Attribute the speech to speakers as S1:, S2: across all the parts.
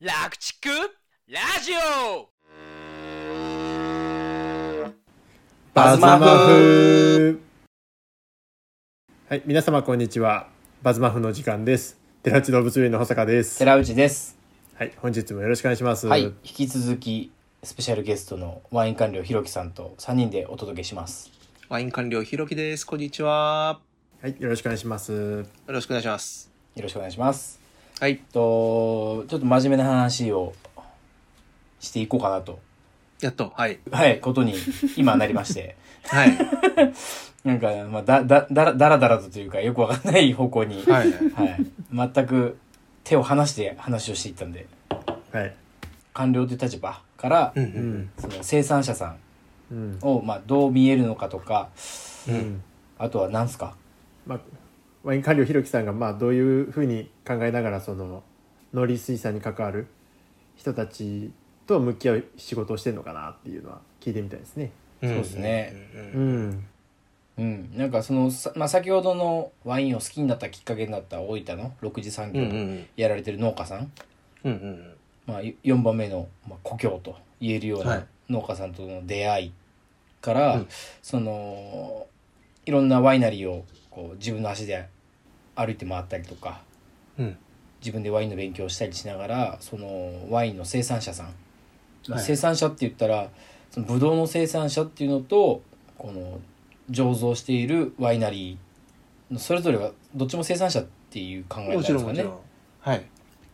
S1: 楽チクラジオ
S2: バズマフはい皆様こんにちはバズマフの時間です寺内動物園の保坂です
S3: 寺内です。
S2: はい本日もよろしくお願いします
S3: はい、引き続きスペシャルゲストのワイン官僚ひろきさんと3人でお届けします。
S4: ワイン官僚ひろきです。こんにちは。
S2: はいよろしくお願いします
S4: よろしくお願いします。
S3: よろしくお願いします。
S4: はい。
S3: とちょっと真面目な話をしていこうかなと。
S4: やっと。はい。
S3: はい、ことに今なりまして。
S4: はい。
S3: なんか、まあ、だ、だ、だら、だらだらとというか、よくわかんない方向に、
S4: はい。
S3: はい、全く手を離して話をしていったんで、
S2: はい
S3: 官僚という立場から、
S4: うんう。
S2: うんん
S3: その生産者さ
S2: う
S3: ん
S2: ん
S3: を、まあ、どう見えるのかとか、
S2: うん
S3: あとは何すか
S2: まあワイン官僚ひろきさんがまあどういうふうに考えながらその農林水産に関わる人たちと向き合う仕事をしてるのかなっていうのは聞いてみたいですね
S4: そう
S3: そうですね。
S2: うん
S3: うん、なんかそのさ、まあ、先ほどのワインを好きになったきっかけになった大分の6次産
S4: うんう
S3: 業
S4: ん。
S3: やられてる農家さん、
S4: うんうん。
S3: まあ、4番目の、まあ、故郷と言えるよう
S4: はい
S3: な農家さんとの出会いから、
S4: うん
S3: そのいろんなワイナリーをこう自分の足で歩いて回ったりとか
S4: うん。
S3: 自分でワインの勉強をしたりしながらそのワインの生産者さん、まあ
S2: はい
S3: 生産者って言ったらそのブドウの生産者っていうのとこの醸造しているワイナリーのそれぞれがどっちも生産者っていう考えなん
S4: も
S3: で
S4: ち
S3: す
S4: ろん
S3: か
S4: もち
S3: ね
S4: ろ。ん。はい。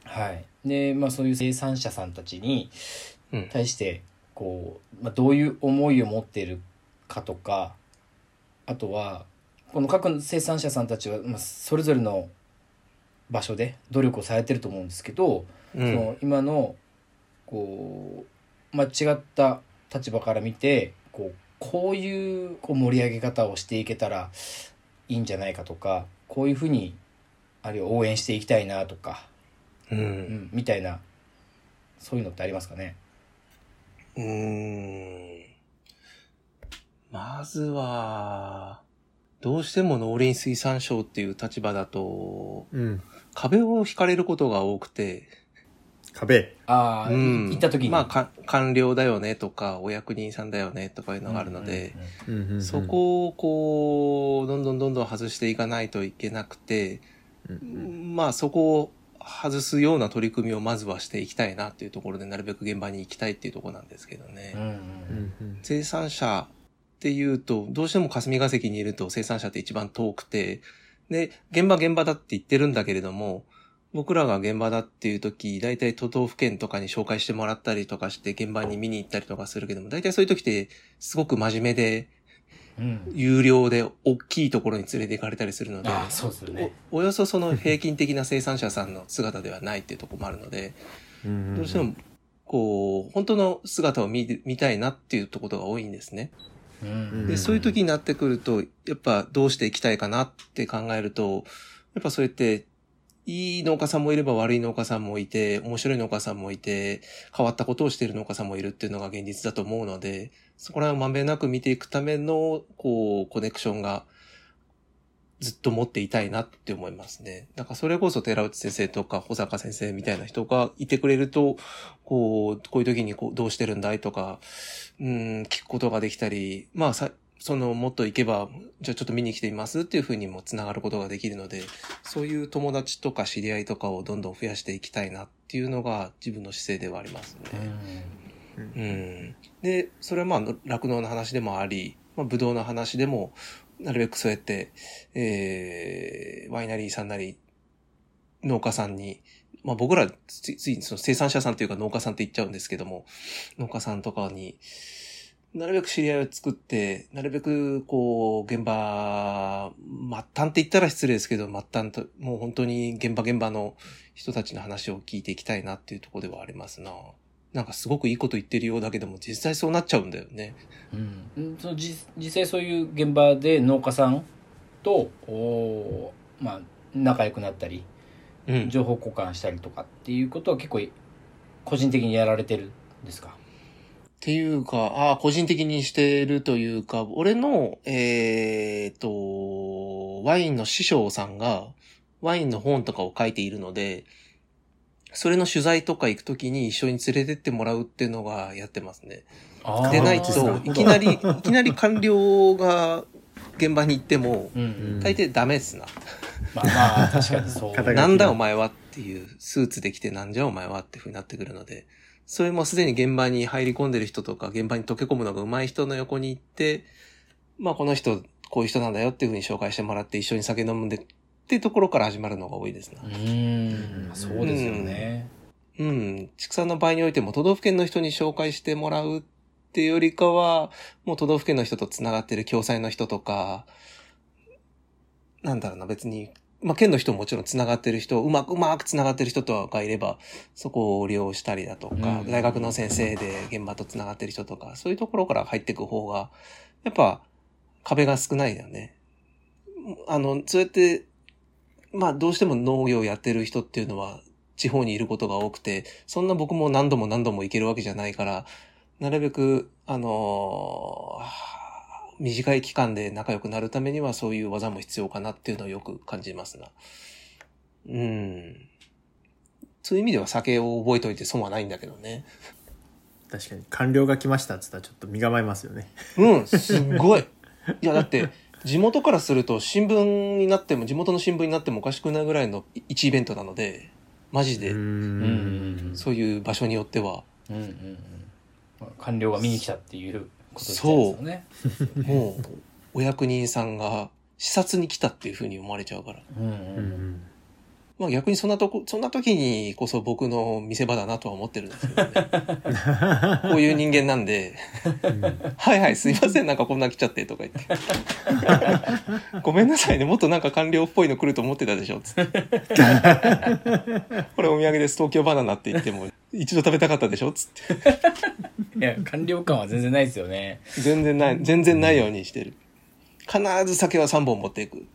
S3: はい、で、まあ、そういう生産者さんたちに
S4: うん。
S3: 対してこう、まあ、どういう思いを持っているかとかあとはこの各生産者さんたちは、まあ、それぞれの場所で努力をされてると思うんですけど、
S4: う
S3: そ
S4: ん。
S3: の今のこう、まあ、違った立場から見てこうこういうこう盛り上げ方をしていけたらいいんじゃないかとかこういうふうにあるいは応援していきたいなとか、
S4: う。
S3: うんん、みたいなそういうのってありますかね
S4: うーん。まずは、どうしても農林水産省っていう立場だと、
S2: うん
S4: 壁を引かれることが多くて、
S2: 壁
S3: ああ、い
S4: うん
S3: 行った時に。
S4: まあ、か官僚だよねとか、お役人さんだよねとかいうのがあるので、
S3: うんうんうん
S2: うんうんうん
S4: そこをこう、どんどんどんどん外していかないといけなくて、
S2: うん
S4: まあそこを外すような取り組みをまずはしていきたいなっていうところで、なるべく現場に行きたいっていうところなんですけどね。
S3: うん
S2: う
S3: うん
S2: んうん
S4: 生産者っていうと、どうしても霞が関にいると生産者って一番遠くて、で、現場現場だって言ってるんだけれども、僕らが現場だっていう時、大体都道府県とかに紹介してもらったりとかして現場に見に行ったりとかするけども、大体そういう時ってすごく真面目で、
S3: うん。
S4: 有料で大きいところに連れて行かれたりするので、
S3: ああ、そうですよね。
S4: おおよそそ の平均的な生産者さんの姿ではないっていうところもあるので、
S2: うん
S4: どうしても、こう、本当の姿を見、見たいなっていうところが多いんですね。
S3: うん
S2: うん
S4: で、そういう時になってくると、やっぱどうしていきたいかなって考えると、やっぱそれって、いい農家さんもいれば悪い農家さんもいて、面白い農家さんもいて、変わったことをしている農家さんもいるっていうのが現実だと思うので、そこら辺をまんべんなく見ていくための、こう、コネクションがずっと持っていたいなって思いますね。なんかそれこそ寺内先生とか保坂先生みたいな人がいてくれると、こう、こういう時にこうどうしてるんだいとか、うん、聞くことができたり、まあさ、その、もっと行けば、じゃあちょっと見に来てみますっていうふうにもつながることができるので、そういう友達とか知り合いとかをどんどん増やしていきたいなっていうのが自分の姿勢ではあります
S3: う
S4: ね。
S3: ん
S4: うん。で、それはまあ、酪農の話でもあり、まあ、ぶどうの話でも、なるべくそうやって、えー、ワイナリーさんなり、農家さんに、まあ僕ら、つい、ついその生産者さんというか農家さんって言っちゃうんですけども、農家さんとかに、なるべく知り合いを作って、なるべく、こう、現場、末端って言ったら失礼ですけど、末端と、もう本当に現場現場の人たちの話を聞いていきたいなっていうところではありますな。なんかすごくいいこと言ってるようだけども、実際そうなっちゃうんだよね。
S3: うん。そのじ実際そういう現場で農家さんと、おーまあ、仲良くなったり、
S4: うん。
S3: 情報交換したりとかっていうことは結構、個人的にやられてるんですか
S4: っていうか、ああ、個人的にしてるというか、俺の、えーっと、ワインの師匠さんが、ワインの本とかを書いているので、それの取材とか行くときに一緒に連れてってもらうっていうのがやってますね。
S3: あー
S4: でない
S2: そうな、
S4: と
S2: んだ
S4: いきなり、いきなり官僚が現場に行っても、
S3: うん、
S2: うん
S4: 大抵ダメっすな。
S3: まあまあ確かにそう
S2: 肩書きが
S4: なんだお前はっていう、スーツで来てなんじゃお前はっていう風になってくるので、それもすでに現場に入り込んでる人とか、現場に溶け込むのが上手い人の横に行って、まあこの人、こういう人なんだよっていう風に紹介してもらって一緒に酒飲むんで、っていうところから始まるのが多いですな
S3: う。んそうですよね、
S4: うん。畜産の場合においても都道府県の人に紹介してもらうっていうよりかは、もう都道府県の人と繋がってる共済の人とか、なんだろうな、別に、まあ、県の人ももちろん繋がってる人、うまく、うまく繋がってる人とかいれば、そこを利用したりだとか、
S3: うん
S4: 大学の先生で現場と繋がってる人とか、そういうところから入っていく方が、やっぱ壁が少ないよね。あの、そうやって、まあどうしても農業やってる人っていうのは地方にいることが多くて、そんな僕も何度も何度も行けるわけじゃないから、なるべく、あのー短い期間で仲良くなるためにはそういう技も必要かなっていうのをよく感じますな。うん。そういう意味では酒を覚えといて損はないんだけどね。
S2: 確かに官僚が来ましたっつったらちょっと身構えますよね
S4: うん、すっごい。いや、だって、地元からすると新聞になっても、地元の新聞になってもおかしくないぐらいのい一イベントなので、マジ
S2: う
S4: で、
S3: うん
S2: ん
S4: そういう場所によっては、
S3: うんうんうんまあ官僚が見に来たっていうこと自体ですよね
S4: もう、お役人さんが視察に来たっていうふうに思われちゃうから。
S3: うんう
S2: うんん
S4: まあ逆にそんなとこ、そんな時にこそ僕の見せ場だなとは思ってるんですけどね。こういう人間なんで、はいはいすいませんなんかこんなん来ちゃってとか言って。ごめんなさいね、もっとなんか官僚っぽいの来ると思ってたでしょ、つって。これお土産です、東京バナナって言っても、一度食べたかったでしょ、つって。
S3: いや官僚感は全然ないですよね
S4: 全然ない、全然ないようにしてる。必ず酒は3本持っていく。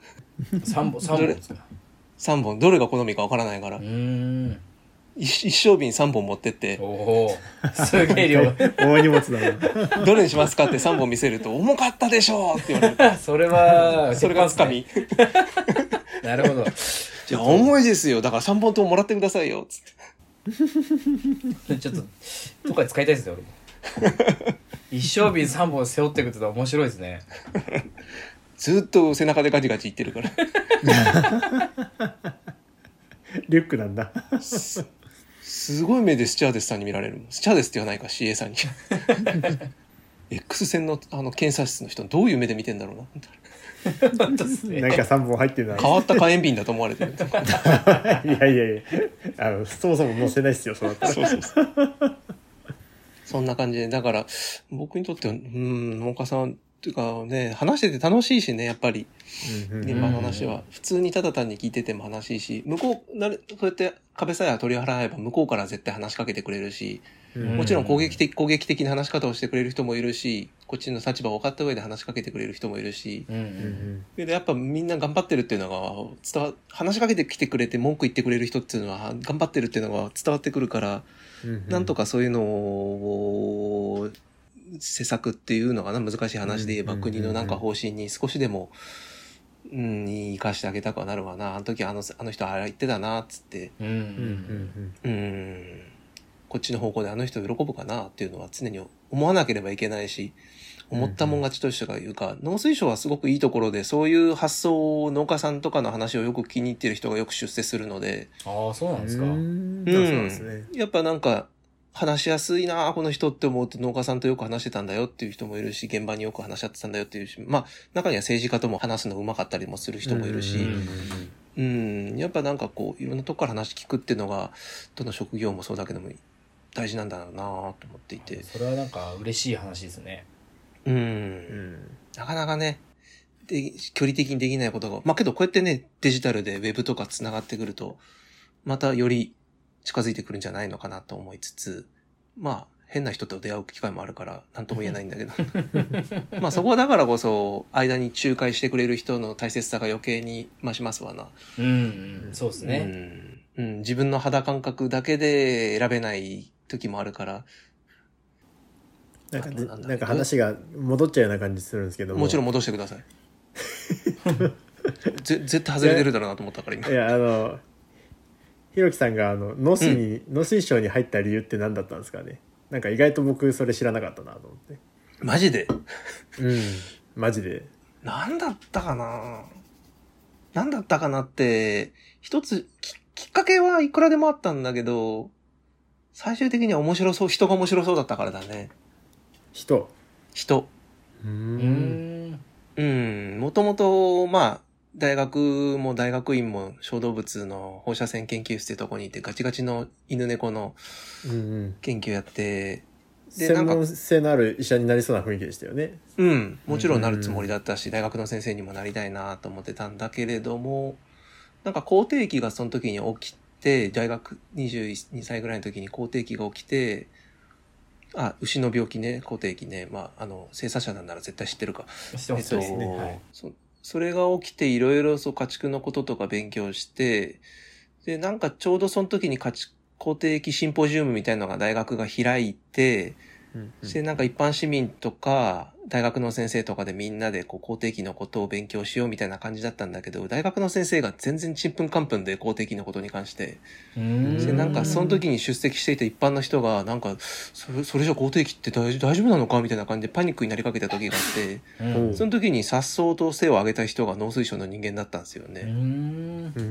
S3: 三本三本ですね
S4: 3本、どれが好みかわからないから
S3: う、ーん
S4: 一一升瓶3本持ってって、
S3: おおすげえ量
S2: 大 荷物だな
S4: どれにしますかって3本見せると、重かったでしょって言わ れ る。
S3: それは
S4: それがつかみ。
S3: なるほど
S4: いや、重いですよ。だから3本とももらってくださいよ。つって。
S3: ちょっとどっかで使いたいですね俺 も一生瓶三本背負っていくってのは面白いですね
S4: ずっと背中でガチガチ言ってるから。
S2: リュックなんだ
S4: すごい目でスチャーデスさんに見られるもん。スチャーデスって言わないか、CA さんに。X 線のあの検査室の人どういう目で見てんだろうな
S3: 本当です
S2: なん
S3: ね
S2: か3本入ってるな
S4: 変わった火炎瓶だと思われてる
S2: いやいやいやあのそもそも載せないっすよそうなったら
S4: そうそうそうそんな感じでだから僕にとってはうん農家さんっていうかね話してて楽しいしねやっぱり
S2: うんうん
S4: 現場の話は、普通にただ単に聞いてても話しいし、向こう、なる、そうやって壁さえ取り払えば向こうから絶対話しかけてくれるし、
S2: うん
S4: もちろん攻撃的、攻撃的な話し方をしてくれる人もいるし、こっちの立場を分かった上で話しかけてくれる人もいるし、
S3: うんう
S2: うんん
S4: で、やっぱみんな頑張ってるっていうのが、伝わ、話しかけてきてくれて文句言ってくれる人っていうのは、頑張ってるっていうのが伝わってくるから、
S2: うん
S4: なんとかそういうのを、施策っていうのがな、難しい話で言えば、
S2: うん
S4: 国のなんか方針に少しでも、うん、生かしてあげたくはなるわな。あの時あの、あの人あれ言ってたな、つって、
S3: うんう
S2: うん
S3: ん
S2: うん
S4: うん、こっちの方向であの人喜ぶかなっていうのは常に思わなければいけないし、思ったもん勝ちとしてかいうか、農水省はすごくいいところで、そういう発想を農家さんとかの話をよく気に入ってる人がよく出世するので、
S3: ああそう
S2: う
S3: なんんですか
S2: うん
S4: うん
S2: あそうですね
S4: やっぱなんか、話しやすいなあこの人って思うと農家さんとよく話してたんだよっていう人もいるし、現場によく話し合ってたんだよっていうし、まあ、中には政治家とも話すの上手かったりもする人もいるし、
S2: うん
S4: うん、やっぱなんかこう、いろんなとこから話聞くっていうのが、どの職業もそうだけども、大事なんだろうなあと思っていて、
S3: それはなんか嬉しい話ですね
S4: うん、
S2: うん
S4: なかなかね、で、距離的にできないことが、まあけどこうやってね、デジタルでウェブとか繋がってくると、またより近づいてくるんじゃないのかなと思いつつ、まあ、変な人と出会う機会もあるから、なんとも言えないんだけど。まあそこはだからこそ、間に仲介してくれる人の大切さが余計に増しますわな。
S3: うんうんそうですね
S4: うん、うん。自分の肌感覚だけで選べない時もあるから、
S2: なんか
S4: なんだ
S2: なんか話が戻っちゃうような感じするんですけど
S4: もちろん戻してください。ぜ絶対外れてるだろうなと思ったから今
S2: い。やあのひろきさんがあの農水に、農水省に入った理由って何だったんですかねなんか意外と僕それ知らなかったなと思って
S4: マジで
S2: うんマジで
S4: なんだったかななんだったかなって、一つき、きっかけはいくらでもあったんだけど、最終的には面白そう、人が面白そうだったからだね。
S2: 人
S4: 人。
S2: う
S3: うんん
S4: うん、もともと、まあ、大学も大学院も小動物の放射線研究室ってとこにいてガチガチの犬猫の
S2: うん
S4: 研究やって、で
S2: 専
S4: なん
S2: 門性のある医者になりそうな雰囲気でしたよね
S4: うん、もちろんなるつもりだったし、大学の先生にもなりたいなと思ってたんだけれども、なんか肯定期がその時に起きて、大学22歳ぐらいの時に肯定期が起きて、あ、牛の病気ね、肯定期ね、まあ、あの、生産者なんなら絶対知ってるか。
S3: してますね、
S2: ね
S4: えっと
S2: はい
S4: そそれが起きていろいろそう家畜のこととか勉強して、で、なんかちょうどその時に家畜肯定期シンポジウムみたいのが大学が開いて、
S2: うん
S4: で、なんか一般市民とか、大学の先生とかでみんなでこう、公的のことを勉強しようみたいな感じだったんだけど、大学の先生が全然ちんぷんかんぷんで公的のことに関して。
S3: うん
S4: で、なんかその時に出席していた一般の人が、なんか、それそれじゃ公的って大大丈夫なのかみたいな感じでパニックになりかけた時があって、
S3: うん
S2: うん
S4: その時に颯爽と背を上げた人が農水省の人間だったんですよね。
S3: うん
S2: う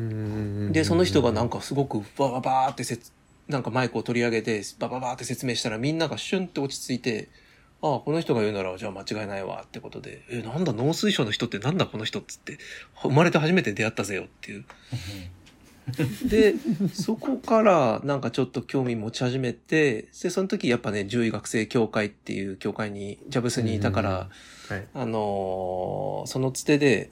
S2: ん
S4: で、その人がなんかすごくバババーってせつなんかマイクを取り上げて、バババーって説明したらみんながシュンって落ち着いて、ああ、この人が言うならじゃあ間違いないわってことで、え、なんだ農水省の人ってなんだこの人っつって、生まれて初めて出会ったぜよっ ていう。で、そこからなんかちょっと興味持ち始めて、で、その時やっぱね、獣医学生協会っていう協会に、ジャブスにいたから、
S2: はい
S4: あのーそのつてで、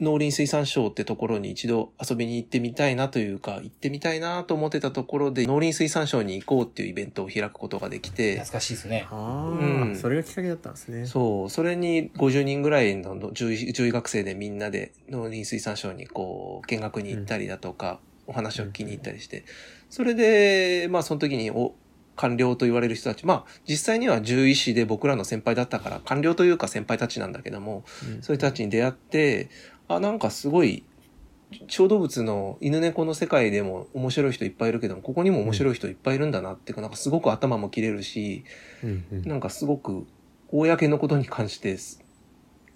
S4: 農林水産省ってところに一度遊びに行ってみたいなというか、行ってみたいなと思ってたところで、農林水産省に行こうっていうイベントを開くことができて、
S3: 懐かしいですね
S2: あ
S4: う
S2: あ
S4: ん
S2: それがきっかけだったんですね
S4: そう、それに50人ぐらいの獣医獣医学生でみんなで農林水産省にこう、見学に行ったりだとか、お話を聞きに行ったりして、それで、まあその時にお、官僚と言われる人たち、まあ実際には獣医師で僕らの先輩だったから、官僚というか先輩たちなんだけども、
S2: うん
S4: そういう人たちに出会って、あ、なんかすごい、小動物の犬猫の世界でも面白い人いっぱいいるけども、ここにも面白い人いっぱいいるんだなっていうか、なんかすごく頭も切れるし、
S2: うんうん
S4: なんかすごく、公のことに関してす、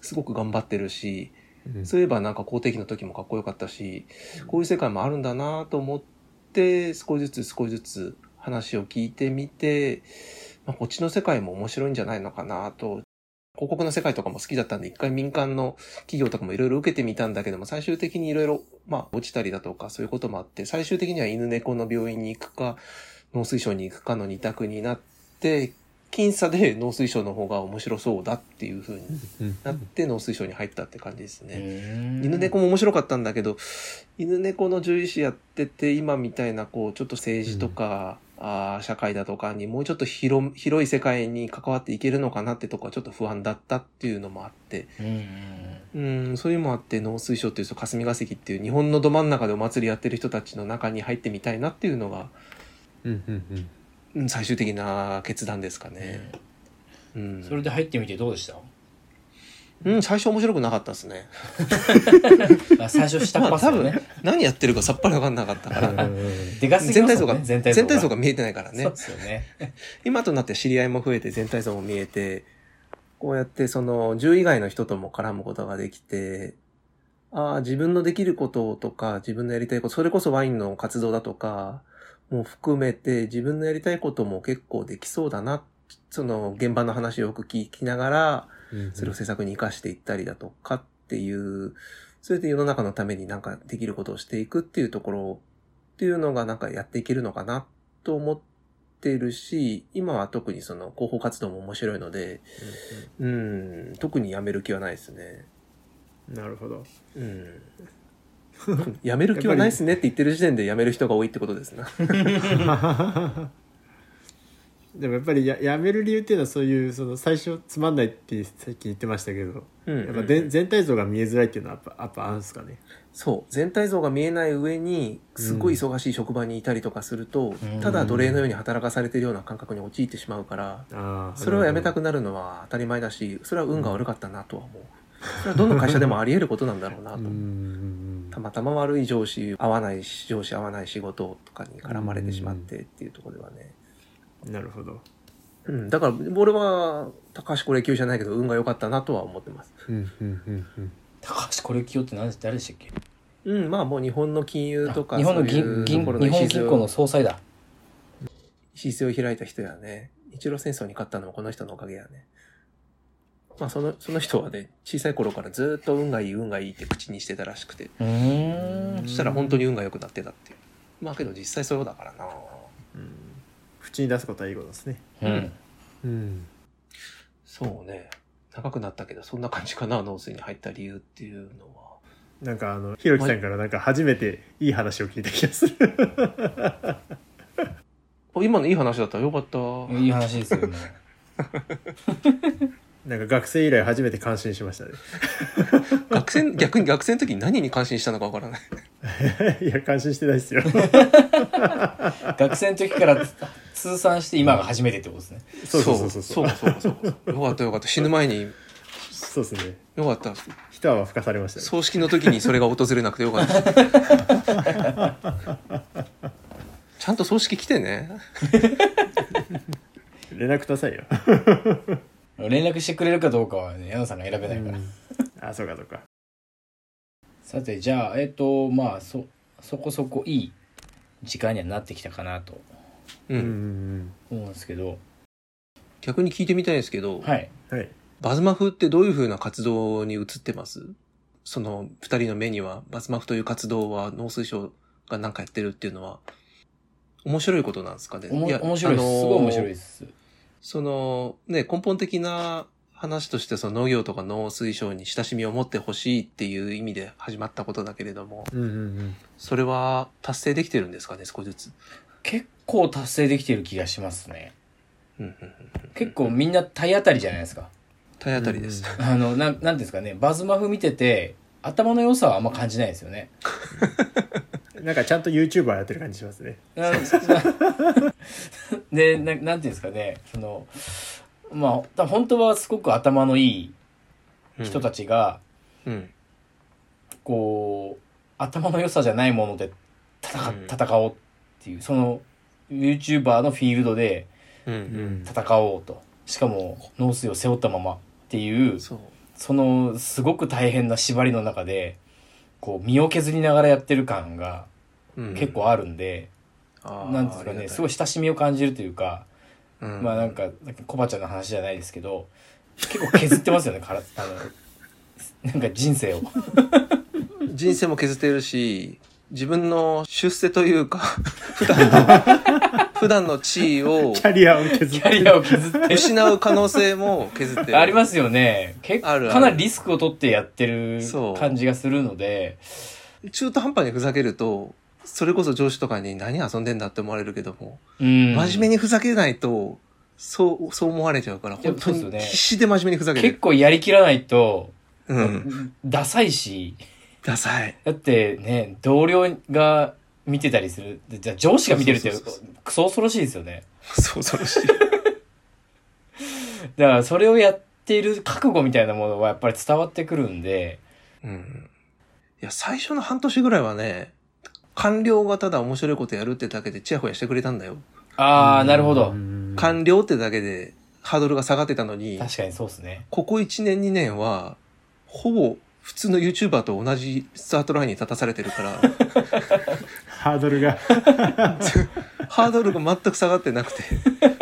S4: すごく頑張ってるし、
S2: うん
S4: そういえばなんか公的の時もかっこよかったし、こういう世界もあるんだなと思って、少しずつ少しずつ話を聞いてみて、まあ、こっちの世界も面白いんじゃないのかなと、広告の世界とかも好きだったんで、一回民間の企業とかもいろいろ受けてみたんだけども、最終的にいろいろ、まあ、落ちたりだとか、そういうこともあって、最終的には犬猫の病院に行くか、農水省に行くかの二択になって、僅差で農水省の方が面白そうだっていう風に
S2: うん
S4: なって、農水省に入ったって感じですね。
S3: 犬
S4: 犬猫も面白かったんだけど犬猫の獣医師やってて今みたいなこうちょっと政治とか、あー社会だとかにもうちょっと広広い世界に関わっていけるのかなってとこはちょっと不安だったっていうのもあって
S3: うん
S4: うんそういうのもあって農水省っていうと霞が関っていう日本のど真ん中でお祭りやってる人たちの中に入ってみたいなっていうのが、
S2: うんうんうん
S4: うん最終的な決断ですかね。うん、
S3: それで入ってみてどうでした
S4: うん、最初面白くなかったですね。
S3: あ最初下っ端っすよ
S4: まあ多
S3: ね
S4: 何やってるかさっぱりわかんなかっ たから。
S3: でかすぎ
S4: 全
S3: ま
S4: 体
S3: すも
S4: 像が、
S3: んね
S4: 全
S3: 全
S4: 体
S3: 体
S4: 像
S3: 像
S4: が
S3: が
S4: 見えてないからね
S3: そうですよね
S4: 今となって知り合いも増えて全体像も見えて、こうやってその獣以外の人とも絡むことができて、ああ、自分のできることとか、自分のやりたいこと、それこそワインの活動だとか、も含めて自分のやりたいことも結構できそうだな。その現場の話をよく聞きながら、
S2: うん
S4: それを制作に活かしていったりだとかっていう、それで世の中のためになんかできることをしていくっていうところっていうのがなんかやっていけるのかなと思ってるし、今は特にその広報活動も面白いので、うん、特にやめる気はないですね。
S2: うんなるほど
S4: うん。やめる気はないですねって言ってる時点でやめる人が多いってことですね。
S2: でもやっぱりややめる理由っていうのはそういうその最初つまんないってさっき言ってましたけど
S4: うん
S2: やっぱで、全体像が見えづらいっていうのはやっぱやっぱあるんですかね
S4: そう全体像が見えない上にすごい忙しい職場にいたりとかすると、
S3: うん
S4: ただ奴隷のように働かされてるような感覚に陥ってしまうから、
S2: ああ
S4: それはやめたくなるのは当たり前だしそれは運が悪かったなとは思う、それはどの会社でもあり得ることなんだろうなと、
S2: うんうんうんうん
S4: たまたま悪い上司、合わないし上司合わない仕事とかに絡まれてしまってっていうところではね。
S2: なるほど、
S4: うん、だから俺は、高橋これ級じゃないけど、運が良かったなとは思ってます。
S2: うんうんうんうん、
S3: 高橋これ清って何で誰でしたっけ
S4: うん、まあもう日本の金融とか、
S3: 日本の
S4: そうい
S3: 銀
S4: う
S3: 銀
S4: ところ
S3: 日本
S4: 礎
S3: 銀行の
S4: を、
S3: 総裁だ
S4: 礎を開いた人やね。日露戦争に勝ったのはこの人のおかげやね。まあその、その人はね、小さい頃からずっと運がいい、運がいいって口にしてたらしくて、
S3: うーん
S4: そしたら本当に運が良くなってたっていう。まあけど実際そうだからな。
S2: うん、口に出すことはいいことですね
S3: うん
S2: うん
S4: そうね。長くなったけど、そんな感じかな、農水に入った理由っていうのは。
S2: なんかあのひろきさんからなんか初めていい話を聞いた気がする
S4: お今のいい話だったらよかった。
S3: いい話ですよね
S2: なんか学生以来初めて感心しましたね
S4: 学生、 逆に学生の時に何に感心したのかわからない。
S2: いや感心してないですよ
S3: 学生の時から通算して今が初めてってことですね
S2: そうそうそうそう
S4: そ
S2: そうう
S4: かそうかそうかそうか。よかったよかった。死ぬ前に、
S2: そうですね
S4: よかった。
S2: 一泡吹かされましたね
S4: 葬式の時にそれが訪れなくてよかった。 ちゃんと葬式来てね。
S2: 連絡くださいよ、
S3: 連絡してくれるかどうかはね矢野さんが選べないから、
S2: あそうかそうか
S3: さてじゃあえっ、とまあそそこそこいい時間にはなってきたかなと
S4: う
S2: うん
S4: ん。
S3: 思うんですけど
S4: 逆に聞いてみたいんですけど、
S3: はい
S2: うんはい
S4: バズマフってどういう風な活動に移ってますその二人の目には、バズマフという活動は農水省が何かやってるっていうのは、面白いことなんですかね
S3: おも
S4: いや
S3: 面白いです、
S4: あのー
S3: すごい面白いです
S4: その、ね、根本的な話として、その農業とか農水省に親しみを持ってほしいっていう意味で始まったことだけれども、
S2: うんうんうん
S4: それは達成できてるんですかね、少しずつ。
S3: 結構達成できてる気がしますね
S4: うんうんうん
S3: 結構みんな体当たりじゃないですか
S4: 体当たりです。
S3: あのなんなんていうんですかねバズマフ見てて頭の良さはあんま感じないですよね
S2: なんかちゃんと YouTuber やってる感じしますね
S3: なでななんていうんですかねそのまあた本当はすごく頭のいい人たちが、
S4: うん。
S3: こう頭の良さじゃないもので戦,、
S4: うん
S3: 戦おうっていうその YouTuber のフィールドで
S4: うん。う。
S2: うん
S3: 戦おうとしかも農水を背負ったままっていう
S4: そう。
S3: そのすごく大変な縛りの中でこう身を削りながらやってる感が
S4: うん
S3: 結、構あるんで、
S4: あー
S3: なんですかねすご
S4: い。
S3: い親しみを感じるというか、
S4: うん
S3: まあなんかなんかコバちゃんの話じゃないですけど結構削ってますよねからあのなんか人生を
S4: 人生も削ってるし、自分の出世とい うか、普段の、普段の地位 を
S2: キャリアを削
S3: キ
S2: っ
S3: ャ
S2: て
S3: リアを削って
S4: 失う可能性も削ってる。
S3: ありますよね結構
S4: あるある
S3: かなりリスクを取ってやってる
S4: そう
S3: 感じがするので
S4: 中途半端にふざけると、それこそ上司とかに何遊んでんだって思われるけども、
S3: うん
S4: 真面目にふざけないと、そう、そう思われちゃうから、
S3: いや
S4: 本当
S3: そう
S4: に
S3: ですよね
S4: 必死で真面目にふざけ
S3: 結
S4: る。
S3: 構やりきらないと、
S4: うん。
S3: ダサいし
S4: ダサい。
S3: だってね同僚が見てたりするでじゃあ上司が見てるって
S4: そうそうそう
S3: クソ恐ろしいですよね
S4: そう、恐ろしい。
S3: だからそれをやっている覚悟みたいなものはやっぱり伝わってくるんで
S4: うん。いや、最初の半年ぐらいはね、官僚がただ面白いことやるってだけでチヤホヤしてくれたんだよ。
S3: ああなるほど
S2: うん
S4: 官僚ってだけでハードルが下がってたのに、
S3: 確かにそうですね
S4: ここ1年2年は、ほぼ普通の YouTuber と同じスタートラインに立たされてるから、
S2: ハードルが
S4: ハードルが全く下がってなくて、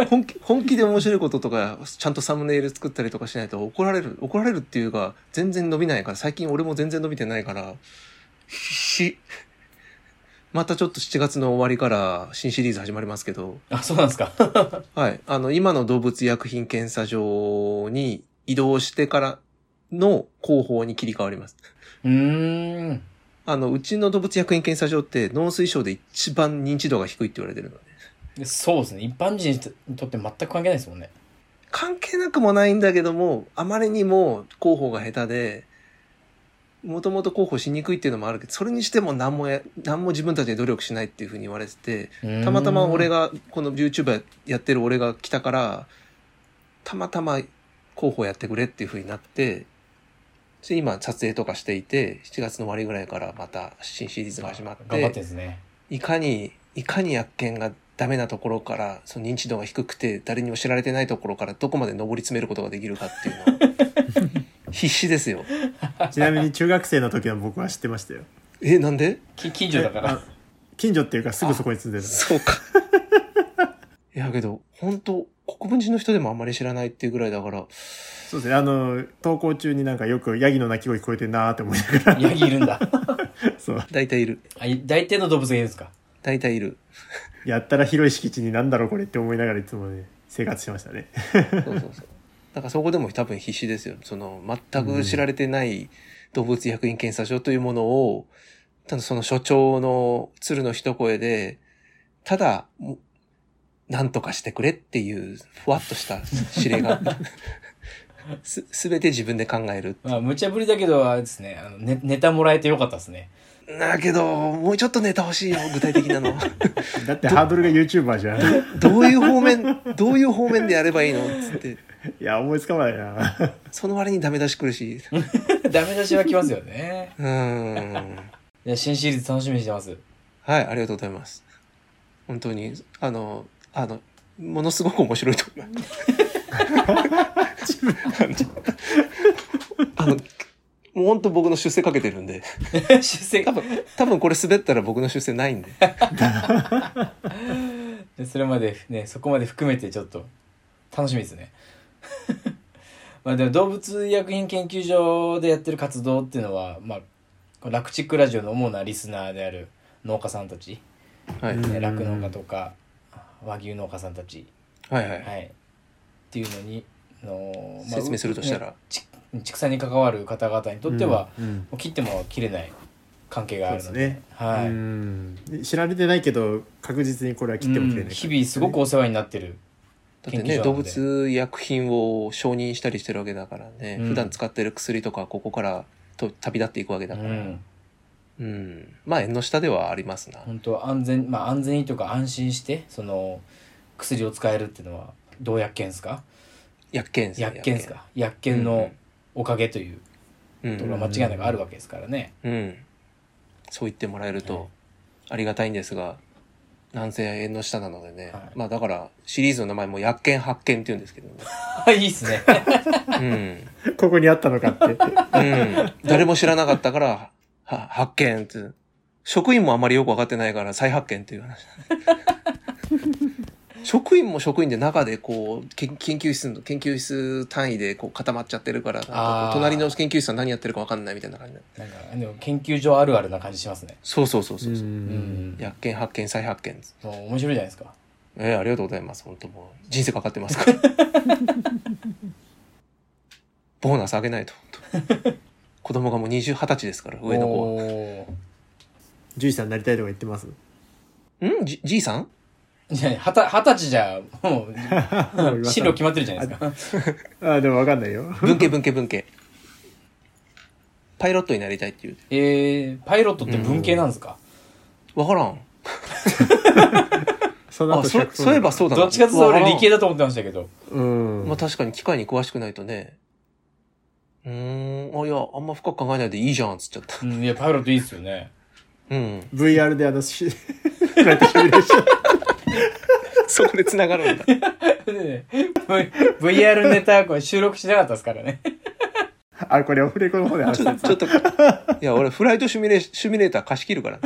S4: 本気本気で面白いこととか、ちゃんとサムネイル作ったりとかしないと怒られる、怒られるっていうか、全然伸びないから、最近俺も全然伸びてないから、必死。またちょっと7月の終わりから新シリーズ始まりますけど、
S3: あそうなんですか
S4: はい。あの、今の動物医薬品検査場に移動してからの広報に切り替わります。
S3: うーん
S4: あの、うちの動物医薬品検査場って農水省で一番認知度が低いって言われてるので。
S3: そうですね一般人にとって全く関係ないですもんね
S4: 関係なくもないんだけども、あまりにも広報が下手で、もともと広報しにくいっていうのもあるけど、それにしても何もや、何も自分たちで努力しないっていうふうに言われてて、たまたま俺
S3: が
S4: が、この YouTuber やってる俺が来たから、たまたま広報やってくれっていう風になって、そして今撮影とかしていて、7月の終わりぐらいからまた新シリーズが始まって、
S3: 頑張ってですね。
S4: いかに、いかに薬研がダメなところから、その認知度が低くて、誰にも知られてないところから、どこまで上り詰めることができるかっていうのは、必死ですよ。
S2: ちなみに中学生の時は僕は知ってましたよ
S4: え、なんで
S3: き近所だか
S2: あ
S3: ら。
S2: 近所っていうかすぐそこに住んでた
S4: そうか。 いやけど、本当国分寺の人でもあんまり知らないっていうぐらいだから、
S2: そうですねあの登校中になんかよくヤギの鳴き声聞こえてんなーって思いな がら
S3: ヤギいるんだ。
S2: そう
S4: 大体いる。
S3: あい大体の動物がいるんですか。
S4: 大体いる。
S2: やったら広い敷地になんだろうこれって思いながらいつもね生活してましたね
S4: そうそうそう。だからそこでも多分必死ですよ。その、全く知られてない動物医薬品検査所というものを、ただその所長の鶴の一声で、ただ、もなんとかしてくれっていう、ふわっとした指令が、す、すべて自分で考える。
S3: まあ、無茶ぶりだけど、あれですね、あの、ね、ネタもらえてよかったですね。
S4: だけど、もうちょっとネタ欲しいよ、具体的なの。
S2: だってハードルが YouTuber じゃんい
S4: どういう方面、どういう方面でやればいいのつって、
S2: や思いつかないな
S4: その割にダメ出し来るし。う
S3: ダメ出しはきますよね。
S4: ーん。
S3: いや、新シリーズ楽しみにしてます。
S4: はい、ありがとうございます。本当に、あの、あの、ものすごく面白いと思います。あの、もう本当僕の出世かけてるんで、
S3: 出世
S4: 多分、多分これ滑ったら僕の出世ないんで。
S3: でそれまでねそこまで含めてちょっと楽しみですね まあでも動物医薬品研究所でやってる活動っていうのはまあこの楽チックラジオの主なリスナーである農家さんたち
S4: はい。
S2: うん
S4: は
S3: ね酪農家とか和牛農家さんたち
S4: いはい。
S3: はいっていうのにあのまあ
S4: 説明するとしたら
S3: ねち畜産に関わる方々にとっては、
S2: うんうん
S3: もう切っても切れない関係が
S2: そ
S3: あ
S2: う
S3: る
S2: で
S3: のです
S2: ね
S3: はい、
S2: うん知られてないけど確実にこれは切っても切れ
S3: うん
S2: ない、
S3: 日々すごくお世話になってる
S4: だって
S3: 研究
S4: ね、
S3: 所
S4: 動
S3: なんで
S4: 物医薬品を承認したりしてるわけだからね、
S3: うん
S4: 普段使ってる薬とかここからと旅立っていくわけだから、
S3: う
S4: うん、
S3: ん
S4: まあ縁の下ではありますな。
S3: 本当安全まあ安全にというか安心してその薬を使えるっていうのはどう薬研ですか
S4: 薬研ですね
S3: 薬研ですか薬
S4: 薬
S3: 研
S4: 研
S3: のおかげという
S4: うんうん
S3: ところは間違いなくあるわけですからね、
S4: うん。そう言ってもらえる
S3: はい
S4: とありがたいんですが、なんせ縁の下なのでね。
S3: はい
S4: まあだから、シリーズの名前も薬研発見って言うんですけどね。
S3: はい、いいっすね
S4: うん。
S2: ここにあったのか って
S4: うん。誰も知らなかったから、は発見って。職員もあんまりよくわかってないから再発見っていう 話。職員も職員で中でこう、け研究室の、研究室単位でこう固まっちゃってるから、なんかこう
S3: あー
S4: 隣の研究室は何やってるかわかんないみたいな感じになる
S3: なんかでも研究所あるあるな感じしますね
S4: そうそうそうそうう。
S3: うんん
S4: 薬研発見再発見です。
S3: もう面白いじゃないですか
S4: ええありがとうございます。本当もう、人生かかっ てますから。ボーナスあげないと。本当子供がもう20、20歳ですから、上の子は。
S3: おー
S2: 獣医さんになりたいとか言ってます
S4: んじ、じいさん
S3: いやはた二十歳じゃもう進路決まってるじゃないですか
S2: あでも分かんないよ
S4: 文系文系文系。パイロットになりたいっていう。
S3: えー、パイロットって文系なんですか、
S4: わからん。
S2: その
S4: あ、
S2: 後
S4: そ、そういえばそうだな
S3: どっちかというと
S4: わか
S3: 俺
S4: らん
S3: 理系だと思ってましたけど
S2: うん、
S4: まあ確かに機械に詳しくないとね。うーん、あ、いや、あんま深く考えないでいいじゃん、つっちゃった
S3: う。んいやパイロットいいっすよね
S4: うん。
S2: VR であのし こうやってシミュレーション
S4: そこで繋がるんだ。
S3: で V- VR ネタこれ収録しなかったですからね。
S2: あこれオフレコの方で話して
S4: ちょっと、いや、俺、フライトシミュレー、シミュレーター貸し切るから。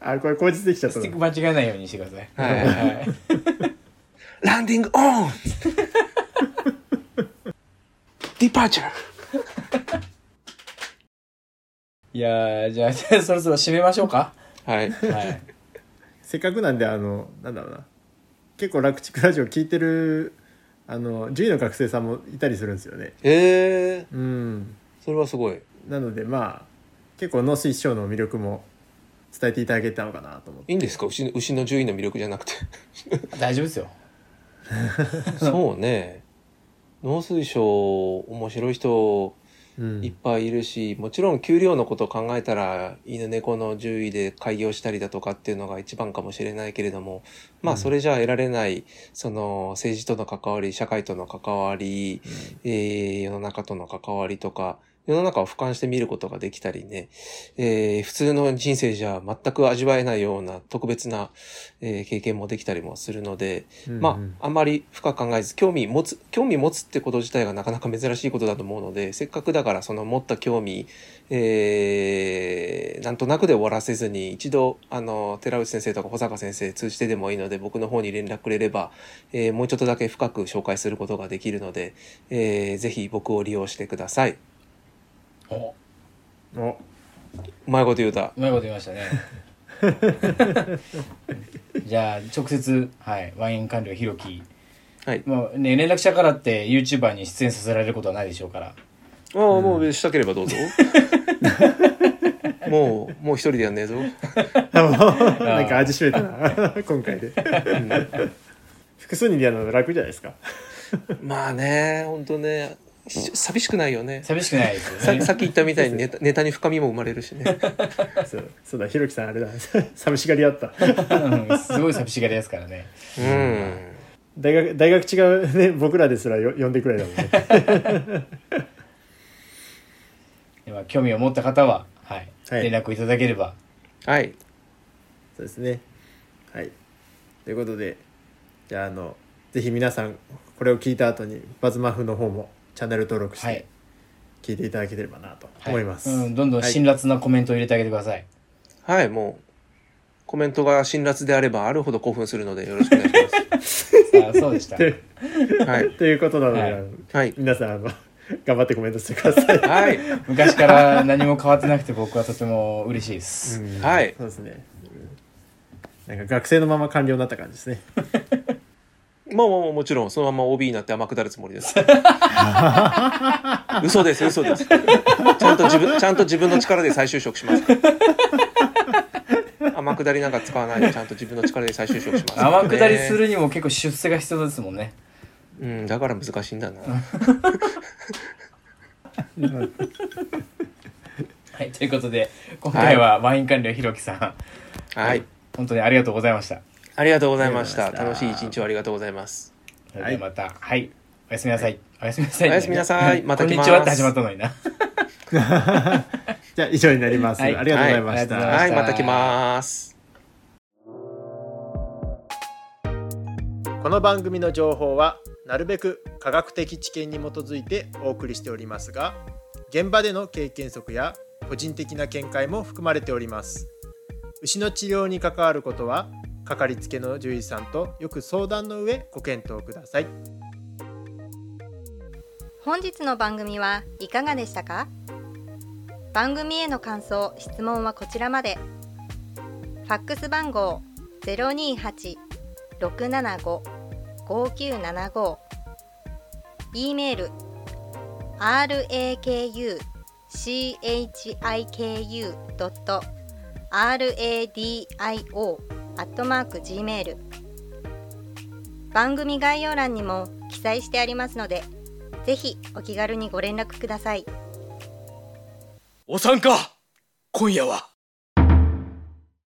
S2: あこれ口実できちゃっ
S3: ス
S2: た
S3: ティック
S2: の
S3: 間違えないようにしてください。
S4: はいはい
S3: はい。
S4: ランディングオンディパーチャー
S3: いやーじゃあ、じゃあそろそろ締めましょうか。
S4: はい。
S3: はい。
S2: せっかくなんであのなんだろうな結構楽ちくラジオ聞いてるあの獣医の学生さんもいたりするんですよね
S4: ええ
S2: うん
S4: それはすごい。
S2: なのでまあ結構農水師匠の魅力も伝えていただけたのかなと思って
S4: いいんですか牛の、牛の獣医の魅力じゃなくて。
S3: 大丈夫ですよ。
S4: そうね。農水省、面白い人、
S2: うん
S4: いっぱいいるし、もちろん給料のことを考えたら犬猫の獣医で開業したりだとかっていうのが一番かもしれないけれども、ま
S2: うん
S4: あそれじゃ得られない、その政治との関わり、社会との関わり、えー世の中との関わりとか、世の中を俯瞰して見ることができたりね、えー普通の人生じゃ全く味わえないような特別な、えー経験もできたりもするので、まあ、あんまり深く考えず、興味持つ、興味持つってこと自体がなかなか珍しいことだと思うので、せっかくだからその持った興味、えー、なんとなくで終わらせずに、一度、あの、寺内先生とか保坂先生通じてでもいいので、僕の方に連絡くれれば、えーもうちょっとだけ深く紹介することができるので、えーぜひ僕を利用してください。
S3: お
S2: うんお
S4: うまいこと言うた。
S3: うまいこと言いましたね じゃあ直接、はい、ワイン管理ひろき
S4: はい。
S3: まあね連絡者からって YouTuber に出演させられることはないでしょうから
S4: ああ、もうしたければどうぞ。 もう、もう一人でやんねえぞ。
S2: なんか味しめたな今回で複数人でやるの楽じゃないですか
S4: まあね、本当ね、し寂しくないよね。
S3: 寂しくないですよ
S4: さ
S3: ね
S4: さっき言ったみたいにネタネタに深みも生まれるし ね。
S2: そうそうだひろきさんあれだ 寂しがりあった
S3: うんすごい寂しがりですからね
S4: うん。
S2: 大学大学違うね僕らですらよ呼んでくらいだもんね
S3: では興味を持った方は、はい
S2: はい
S3: 連絡いただければ
S4: はい。
S2: そうですねはいということでじゃああのぜひ皆さんこれを聞いた後にバズマフの方もチャンネル登録し
S3: はい
S2: て聞いていただければなと
S3: は
S2: 思います、
S3: うん、どんどん
S2: はい
S3: 辛辣なコメントを入れてあげてくださ い、
S4: はい、もう、コメントが辛辣であればあるほど興奮するのでよろしくお願いし
S3: さあそうでした
S2: で
S4: ます。はい。
S2: ということなので、
S3: はい
S2: あの
S4: はい。
S2: 皆さんあの頑張ってコメントしてください
S4: はい。
S3: 昔から何も変わってなくて僕はとても嬉しいです、
S4: はい
S2: そうですねなんか学生のまま完了になった感じですね
S4: まあまあまあもちろん、そのまま OB になって甘くなるつも りです。嘘です、嘘です。ちゃんと自分、ちゃんと自分の力で再就職 します。天下りなんか使わないで、ちゃんと自分の力で再就職します。
S3: 天下りするにも結構出世が必要ですもんね
S4: うん、だから難しいんだな。
S3: はいということで今回はワイン管理ひろきさん、
S4: はい。
S3: 本当にありがとうございました
S4: ありがとうございまし
S2: ありが
S4: た。
S2: とうご
S4: 楽
S2: ざ
S4: し
S2: い
S4: い
S2: ました
S4: 一日をありがとうございます。
S3: それではまたはい、おやすみなさい、おやすみなさい、
S4: おやすみなさいまた
S3: こんに
S4: 来ます
S3: ちはって始まったのにな
S2: じゃあ以上になります、
S3: はい
S2: ありがとうございました、
S3: はいありがとうございました
S4: はい、また来ます。
S2: この番組の情報はなるべく科学的知見に基づいてお送りしておりますが現場での経験則や個人的な見解も含まれております牛の治療に関わることはかかりつけの獣医さんとよく相談の上ご検討ください
S5: 本日の番組はいかがでしたか番組への感想・質問はこちらまでファックス番号028-675-5975 e メール rakuchiku.radio.gmail 番組概要欄にも記載してありますのでぜひお気軽にご連絡ください。
S1: お参加今夜は